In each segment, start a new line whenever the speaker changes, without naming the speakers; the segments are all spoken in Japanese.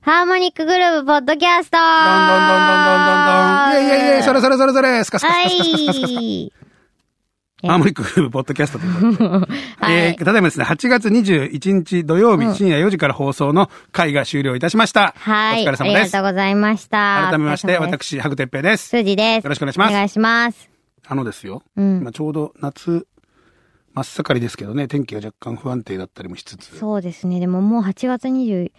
ハーモニックグループポッドキャストどんどんどんどんどんどんどん
いやいやいや、それそれそれそれ、スカスカスカスカスカスカスカ
はい。
ハーモニックグループポッドキャストということで。
はい
えーただいまですね、8月21日土曜日深夜4時から放送の会が終了いたしました。
はい。
お疲れ様です
ありがと。うございました。
改めまし
お疲
て、
れ様です。
私、ハグテッペイです。
すじです。
よろしくお願いします
お願いします。
あのですよ、
うん
今ちょうど夏、真っ盛りですけどね、天気が若干不安定だったりもしつつ、
そうですね。でももう8月21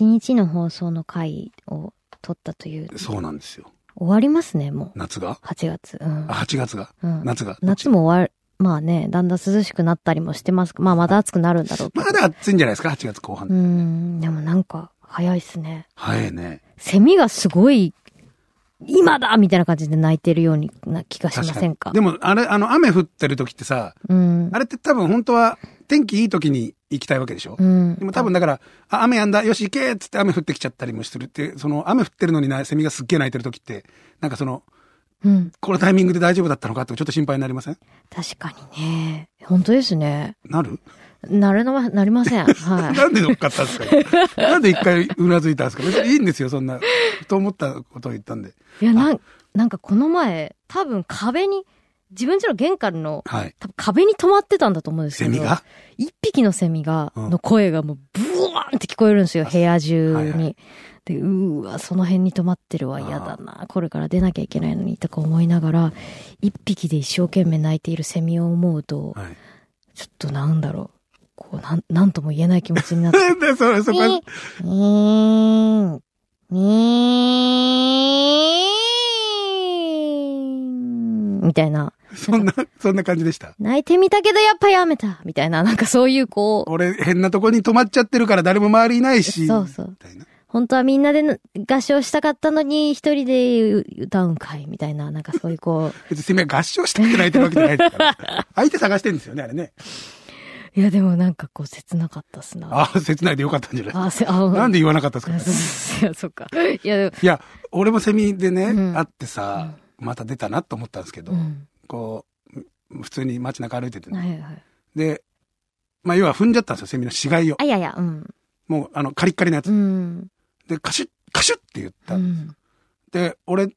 日の放送の回を撮ったという。終
そうなんですよ。
わりますね、も
夏
う。
が
8月。うん
あ、。8月が、
うん
夏が。
夏も終わる。まあね、だんだん涼しくなったりもしてます。まあまだ暑くなるんだろうけど
ま。だ暑いんじゃないですか、8月後半。
うん。でもなんか、早いっすね。
早いね。
セミがすごい、今だみたいな感じで泣いてるようにな気がしま
確か
せん
に
か。
でも、あれ、あの、雨降ってる時ってさ、
うん。
あれって多分本当は天気いい時に行きたいわけでしょ、
うん。
でも多分だから、あ、雨やんだ、よし行けっつって雨降ってきちゃったりもしてるって、その雨降ってるのにな、セミがすっげえ鳴いてる時って、なんかその、
うん。
このタイミングで大丈夫だったのかってちょっと心配になりません
確かにね。本当ですね。
なる
なるのは、なりま せん。は
なんで乗っかったんですかなんで一回うなずいたんですか別にいいんですよ、そんな。と思ったことを言ったんで。
い。いや、なん、なんかこの前、多分壁に、自分家の玄関の、
はい。
多分壁に止まってたんだと思うんですけ
セ
ど。
ミが
一匹のセミが、
うん
の声がもう、ブワーンって聞こえるんですよ、部屋中に。
はいは
で、うーわ、その辺に止まってるわ、
あー
嫌だな、これから出なきゃいけないのに、とか思いながら、一匹で一生懸命鳴いているセミを思うと、
はい。
ちょっとなんだろう、こう、なん、なんとも言えない気持ちになって。
で、それ、そこは、
みーん、みーん、みたいな。
そんな、そんな感じでした。
泣いてみたけどやっぱやめた、みたいな、なんかそういうこう、
俺、変なとこに止まっちゃってるから誰も周りいないし。
そうそう
みたいな。
本当はみんなでな合唱したかったのに、一人で歌うんかい、みたいな、なんかそういうこ
別にセミは合唱したくないってわけじゃないですから。相手探してるんですよね、あれね。
う。いや、でもなんかこう、切なかったっすな。
ああ、切ないでよかったんじゃない
あ、せ、あ、
なん
で
で言わなかったんですか
いや、そっか。 いや、でも
いや、俺もセミでね、
うん
会ってさ、また出たなと思ったんですけど、
うん。
こう、普通に街中歩いててね。
はいはい。
で、まあ、要は踏んじゃったんですよ、セミの死骸を
あ、。いやいや、うん。
もう、あの、カリッカリのやつ
う。ん。
で、カシュッ、カシュッって言っ
う
た。
ん。
で、俺、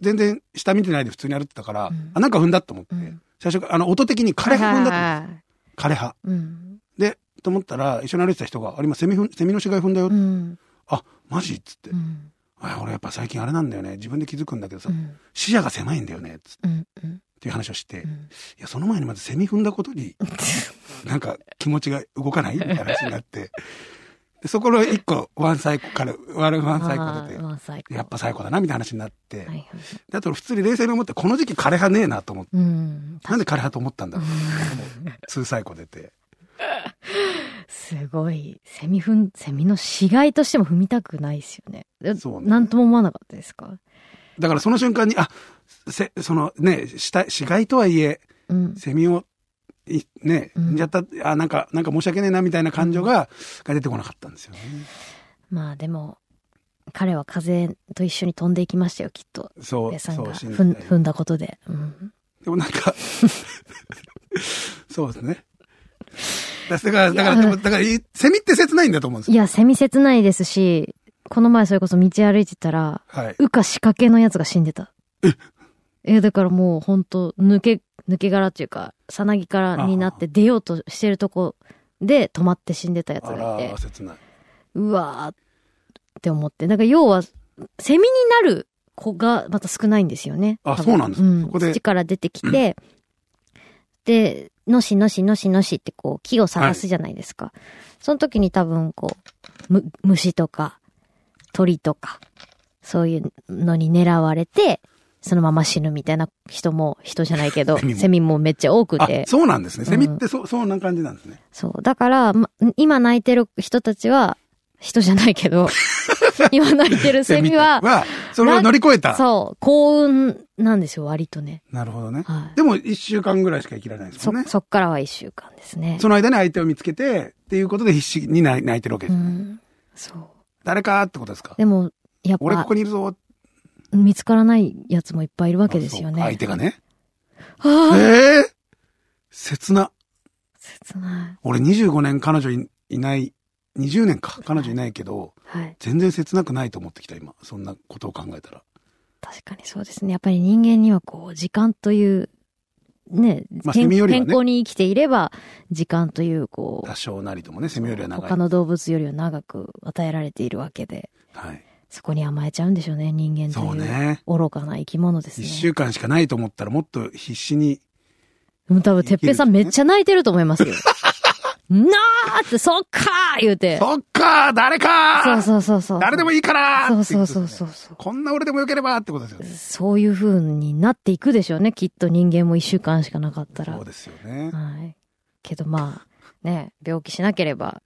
全然下見てないで普通に歩いてたから、
うん
あ、なんか踏んだと思って、
うん
最初、あの、音的に枯れ葉踏んだと思って、
はいはいはい
枯れ葉。
うん。
で、と思ったら、一緒に歩いてた人が、あれ今セミ踏ん、セミの死骸踏んだよ。
うん。
あ、マジっつって、
うん。
あ俺やっぱ最近あれなんだよね。自分で気づくんだけどさ、
うん。
視野が狭いんだよね、つって
うん。うん。
っていう話をして、
う
い
ん
や、その前にまずセミ踏んだことに、なんか気持ちが動かないみたいな話になって、でそこの一個、ワンサイコから、ワンワンサイコ出
あーワンサイ
て、
コ
やっぱ最高だな、みたいな話になって、
はいはい。
で、あと普通に冷静に思って、この時期枯葉ねえなと思って、
うん。
なんで枯葉と思ったんだろう。もうツーサイコ出て。
すごい。セミ踏ん、セミの死骸としても踏みたくないですよね。え
そうね
なんとも思わなかったですか
だからその瞬間に、あ、せ、そのね、した死骸とはいえ、
うん。
セミを、いね、
うん
踏んじゃった、あ、なんか、なんか申し訳ねえな、みたいな感情が、が出てこなかったんですよね。
まあでも、彼は風と一緒に飛んでいきましたよ、きっと。
そ
屋
う、
さん
そ
が
う、死ん
踏ん
だよ
踏んだことで。うん。
でもなんか、 そうですね。だから、だか
いや
ら、でもだから、いセミって切ないんだと思うんです
い
よ。
や、セミ切ないですし、この前それこそ道歩いてたら、
はい。
羽化仕掛けのやつが死んでた。えだからもうほんと、抜け、抜け殻っていうか、さなぎからになって出ようとしてるとこで止まって死んでたやつ
あ
がいて
ら、。切ない。
うわーって思って。だから要は、セミになる子がまた少ないんですよね。多
あ
分
そうなんです
うん、
そこで
土から出てき て、で、のしのしのしのしってこう、木を探すじゃないですか。その時に多分こう、む、虫とか、鳥とか、そういうのに狙われて、そのまま死ぬみたいな人も、人じゃないけ ど、
セミも
セミもめっちゃ多く
あ
て、。
そうなんですね。
うん
セミって、そう、そんな感じなんですね。
そう。だから、ま、今泣いてる人たちは、人じゃないけ ど、今泣いてるセミは、
は、それを乗り越えた。
そう、幸運なんですよ、割とね。
なるほどね。
はい
でも、一週間ぐらいしか生きられないです
そ
もんね、。
そっからは一週間ですね。
その間に相手を見つけて、っていうことで必死に泣い泣いてるわけで
う
す。
ん。そう。
誰かってことですか
でも、やっ
俺こ
ぱ
こ、にいるぞ。
見つからないやつもいっぱいいるわけですよ
あ
ね。
そう相手がね。え
はあ
え切な。
切ない。
俺25年彼女いいない20年か。彼女いないけど、
はい。
全然切なくないと思ってきた、今。そんなことを考えたら。
確かにそうですね。やっぱり人間にはこう、時間という、ね、
まあ
健
セミよりは
健
ね
康に生きていれば、時間という、こう
多、少なりともね、セミよりは長い。
他の動物よりは長く与えられているわけで、
はい。
そこに甘えちゃうんでしょうね、人間と
そう
いう。
ね。
愚かな生き物です
一
ね。
週間しかないと思ったらもっと必死に、
でも多分、てっぺいさんめっちゃ泣いてると思いますよ。 なーって、そっかー言うて。
そっかー誰かー
そうそうそうそう。
誰でもいいから
そ
ー
う
ってい
そう
ことですね
そうそうそう。
こんな俺でもよければってことですよね。
そういう風になっていくでしょうね。きっと人間も一週間しかなかったら。
そうですよね。
はい。けどまあ、ね、病気しなければ、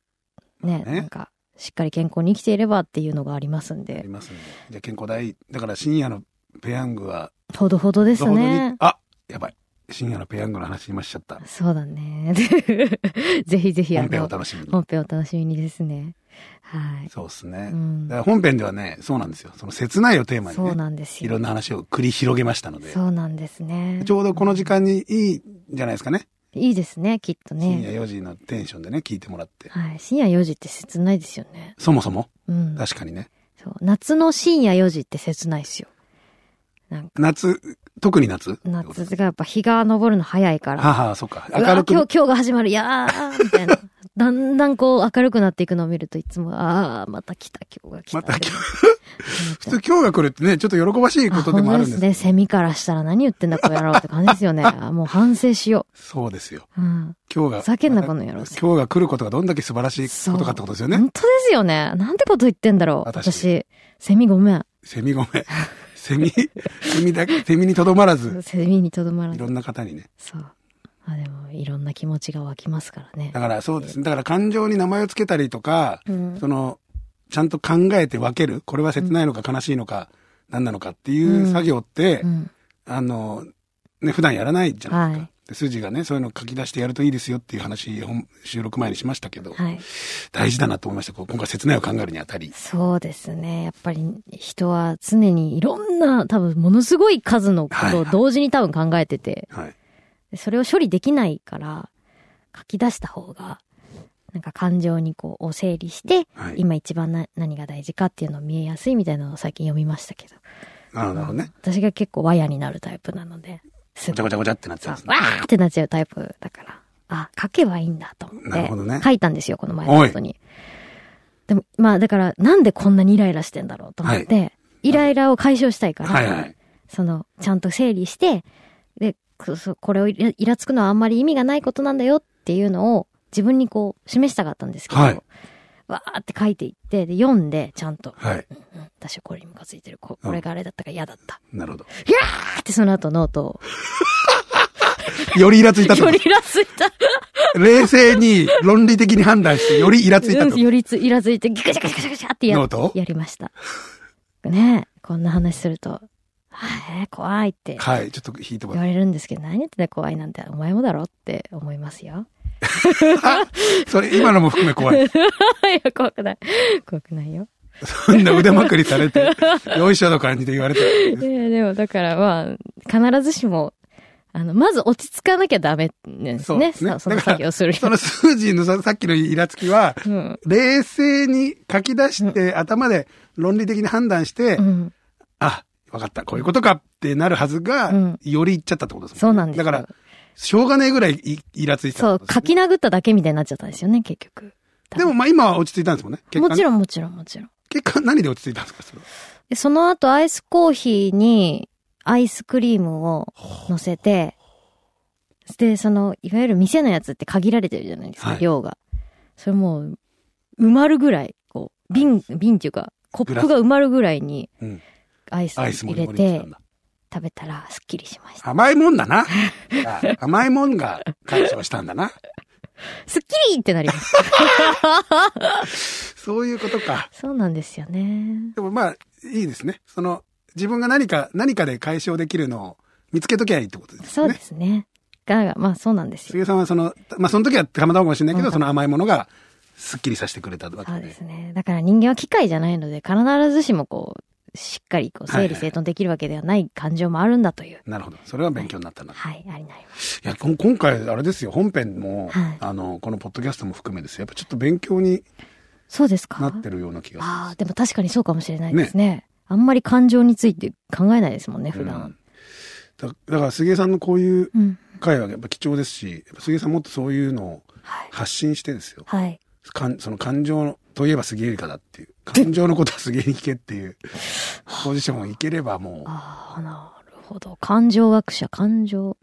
ね、
まあね
なんか、しっかり健康に生きていればっていうのがありますん
あ
で
り、ますね。じゃあ健康第一だから深夜のペヤングは、
ほどほどです
ほどほど
ね
に。あやばい。深夜のペヤングの話今しちゃった。
そうだね。 ぜひぜひ、あ
本編を
の、
楽しみに。
本編を楽しみにですね。はい。
そうです
う
ね。
ん
だから本編ではね、そうなんですよ。その切ないをテーマに
そう
ね、
なんです
い
よ
ろん。な話を繰り広げましたので、
そうなんですね。
ちょうどこの時間にいいんじゃないですかね。
いいですね、きっと
深
ね。
夜4時のテンションでね、聞いてもらって。
はい。深夜4時って切ないですよね。
そもそも、
うん。
確かにね。
そう。夏の深夜4時って切ないですよ。なんか、
夏、特に夏
夏がやっぱ日が昇るの早いから。
はは、そうか。
うわ
明るく。
今日、今日が始まる、いやー、みたいな。 だんだんこう明るくなっていくのを見るといつも、あー、また来た、今日が来た。
また今 日
普
普通今日が来るってね、ちょっと喜ばしいことでもあるんです
ね。セミからしたら何言ってんだこの野郎って感じですよね。あ もう反省しよ
そうですよ。
う。うん。
今日が。
ふざけんなこの野郎
また今日が来ることがどんだけ素晴らしいことかってことですよね。
本当ですよね。なんてこと言ってんだろう。
私
私、セミごめん。
セミごめん。セミ、セミ だけ、セミにとどまらず、
セミにとどまら
い
ず
ろ。んな方にね。
そう。あ、でも、いろんな気持ちが湧きますからね
だ。からそうですね。だから感情に名前をつけたりとか、
うん
その、ちゃんと考えて分ける。これは切ないのか悲しいのか、何なのかっていう作業って、
うん。
あの、ね、普段やらないじゃないですか。
はい
で筋がね、そういうのを書き出してやるといいですよっていう話、本収録前にしましたけど、
はい。
大事だなと思いました。こう今回切ないを考えるにあたり。
そうですね。やっぱり人は常にいろんな、多分ものすごい数のことを同時に多分考えてて、
はい。
それを処理できないから、書き出した方が、なんか感情にこう、を整理して、
はい
今一番な何が大事かっていうのを見えやすいみたいなのを最近読みましたけど。
なるほどね。
私が結構ワヤになるタイプなので、す
ごちゃごちゃごちゃってなっちゃ
そううん
です、ね
わ。ーってなっちゃうタイプだから、あ、書けばいいんだと思って。
なるほどね
書いたんですよ、この前のことに。でも、まあだから、なんでこんなにイライラしてんだろうと思って、イライラを解消したいから、
はいはい。
その、ちゃんと整理して、で、こそこれをイライラつくのはあんまり意味がないことなんだよっていうのを自分にこう示したかったんですけど、
はい
わーって書いていって、で、読んで、ちゃんと、
はい。
うん私はこれにムカついてる。ここれがあれだったから嫌だった。
なるほど。
あーってその後ノートを、
よりイラついたって
よ
こ
りイラついた。
と。冷静に論理的に判断して、よりイラついた
う
って
ん
こ
よりつイラついて、ギカシャカシャカシャガシャって
と。
や
ノートを
やりました。ねえ、こんな話すると、はい、怖いって
はい。ちょっと引いても
言
らっ
われるんですけど、何言ってんだ怖いなんて、お前もだろって思いますよ。
て。 それ、今のも含 め怖い。
いや、怖くない。怖くないよ。
そんな腕まくりされて、よいしょの感じで言われて。
いや、でもだからまあ、必ずしも、あの、まず落ち着かなきゃダメなんです
そう
ね。
ですね
そその作業する
その数字のささっきのイラつきは、
うん。
冷静に書き出して、頭で論理的に判断して、
うん。
あ、わかった、こういうことかってなるはずが、
うん
よりいっちゃったってことです
そ
も
うん
ね
なんですよ
だから、しょうがないぐらいいイラついて
そ
たって
う
こ、と
書
ですね、
き殴っただけみたいになっちゃったんですよね、結局。
でもまあ今は落ち着いたんですもんね。結果
もちろん、もちろん、もちろん。
結果何で落ち着いたんですかそれは
で、その後アイスコーヒーにアイスクリームを乗せて、で、その、いわゆる店のやつって限られてるじゃないですか、
はい
量が。それもう、埋まるぐらい、こう、瓶、瓶っていうか、コップが埋まるぐらいに
うん。
アイス
アイスも
入
り
れ
もりして
て
たんだ。
食べたらすっきりしました。
甘いもんだな。 あ甘いもんが解消したんだな。
すっきりってなり ます。
そういうことか。
そうなんですよね。
でもまあ、いいですね。その、自分が何か、何かで解消できるのを見つけときゃいいってことですね。
そうですね。が、まあそうなんですよ。
杉江さんはその、まあその時はたまたまかもしれないけ
う
ど、
ん
その甘いものがスッキリさせてくれたわけ
そう
で
で。すね。だから人間は機械じゃないので、必ずしもこう、しっかりこう
は
整
いはい
理整頓できるわけではない感情もあるんだという。
なるほど。それは勉強になったな。い
はい、ありなります。
や、こん今回、あれですよ、本編も、
はい
あの、このポッドキャストも含めですよやっぱちょっと勉強に
そうですか
なってるような気が
あ
しま
あ、でも確かにそうかもしれないですね。あんまり感情について考えないですもんね、
す。
普段。
うんだだから杉江さんのこういう
うん。
会はやっぱ貴重ですし、やっぱ杉江さんもっとそういうのを
はい。
発信してですよ。
はい。
かんその感情といえば杉江梨香だっていう。感情のことは杉江に聞けっていうポジションをいければも
ああ、なるほど。感情学者、感情、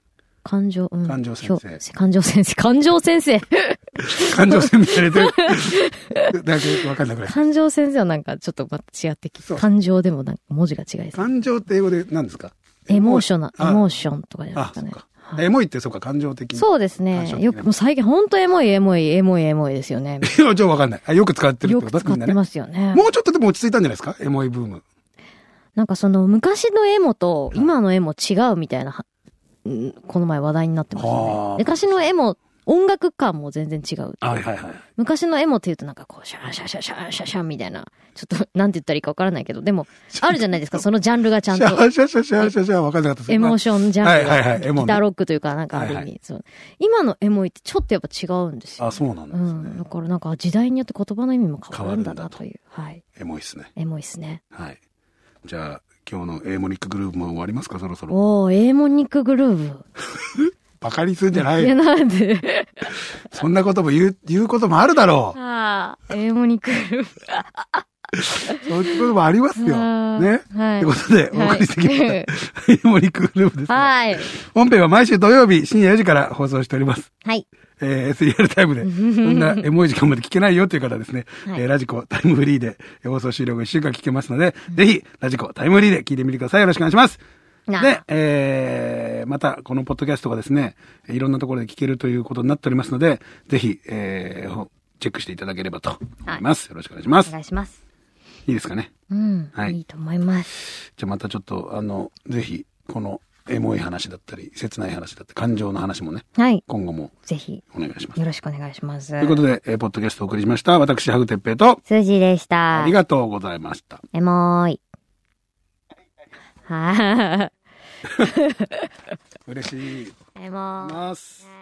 感情、うん。
感情先生
表感情先生、感情先生。
う感情線見られてる。だけわかんなくなる。
感情先生はなんかちょっとまた違ってき
そう
感情でもなんか文字が違いです。
感情って英語で何ですか
エモーショナ、エ
あ
モーションとかじゃないで
あ、
すか
そっ
ね
か。。
はい
エモいってそうか、感情的に。
そうです
感情的
ね。
な
よく、もう最近本当エモい、エモい、エモい、エモいですよ ね。
いや、じゃあわかんない。あよく使ってるっ
よ
てこ
く
と
使っ
みんな
て
ね。
ますよね。
もうちょっとでも落ち着いたんじゃないですかエモいブーム。
なんかその昔の絵もと
はい
今の絵も違うみたいなは、うんこの前話題になってました
は
ね
あ。
昔の絵も音楽感も全然違う。
はいはいはい。
昔の絵もって言うとなんかこうシャンシャンシャンシャンシャンシャンみたいな、ちょっとなんて言ったらいいかわからないけど、で もあるじゃないですか、そのジャンルがちゃん
シャ
と。
ーシャーシャーシャーシャーシャーわかんなかったです。
エモーションジャンル。
はいはいはいエモね
ギターロックというか、なんかある意味、
はいは
そう今のエモいってちょっとやっぱ違うんですよ。
あ、そうなん
う
です
ん。
ね
だ。からなんか時代によって言葉の意味も変わるんだ
変
な
わる
ん
だ
という。はい。
エモいっすね。
エモいっすね。
はい。じゃあ、今日のエーモニックグループも終わりますかそろそろ。
おー、エーモニックグルーブ。
バカにするんじゃない
いや、
よ。
なんで
そんなことも言う、言うこともあるだろ
ああ、英語に来る。
う。そういうこともあります
あ
よ。
ー
ね。
はい
ということで、お送りしてきました。エ ーモニックグループです。
はい。
本編は毎週土曜日深夜4時から放送しております。
はい。
えー、SER タイムで、こんなエモい時間まで聞けないよという方ですね、
はい
えーラジコタイムフリーでえー放送終了後1週間聞けますので、ぜひ、ラジコタイムフリーで聞いてみてください。よろしくお願いします。
な
で、えー、また、このポッドキャストがですね、えーいろんなところで聞けるということになっておりますので、ぜひ、えー、ほチェックしていただければと思います。よろしくお願いしま
お
す。
願いします。
いいですかね。
うん。、
はいい
いと思います。
じゃあまたちょっと、あの、ぜひ、この、エモい話だったり、切ない話だったり、感情の話もね、
はい。
今後も
ぜひ、
お願いします。
よろしくお願いします。
ということで、えーポッドキャストをお送りしました。私、ハグテッペイと、
数字でした
あり。がとうございました。
エモーい。はぁ。
嬉しい。
エモーい。
ます。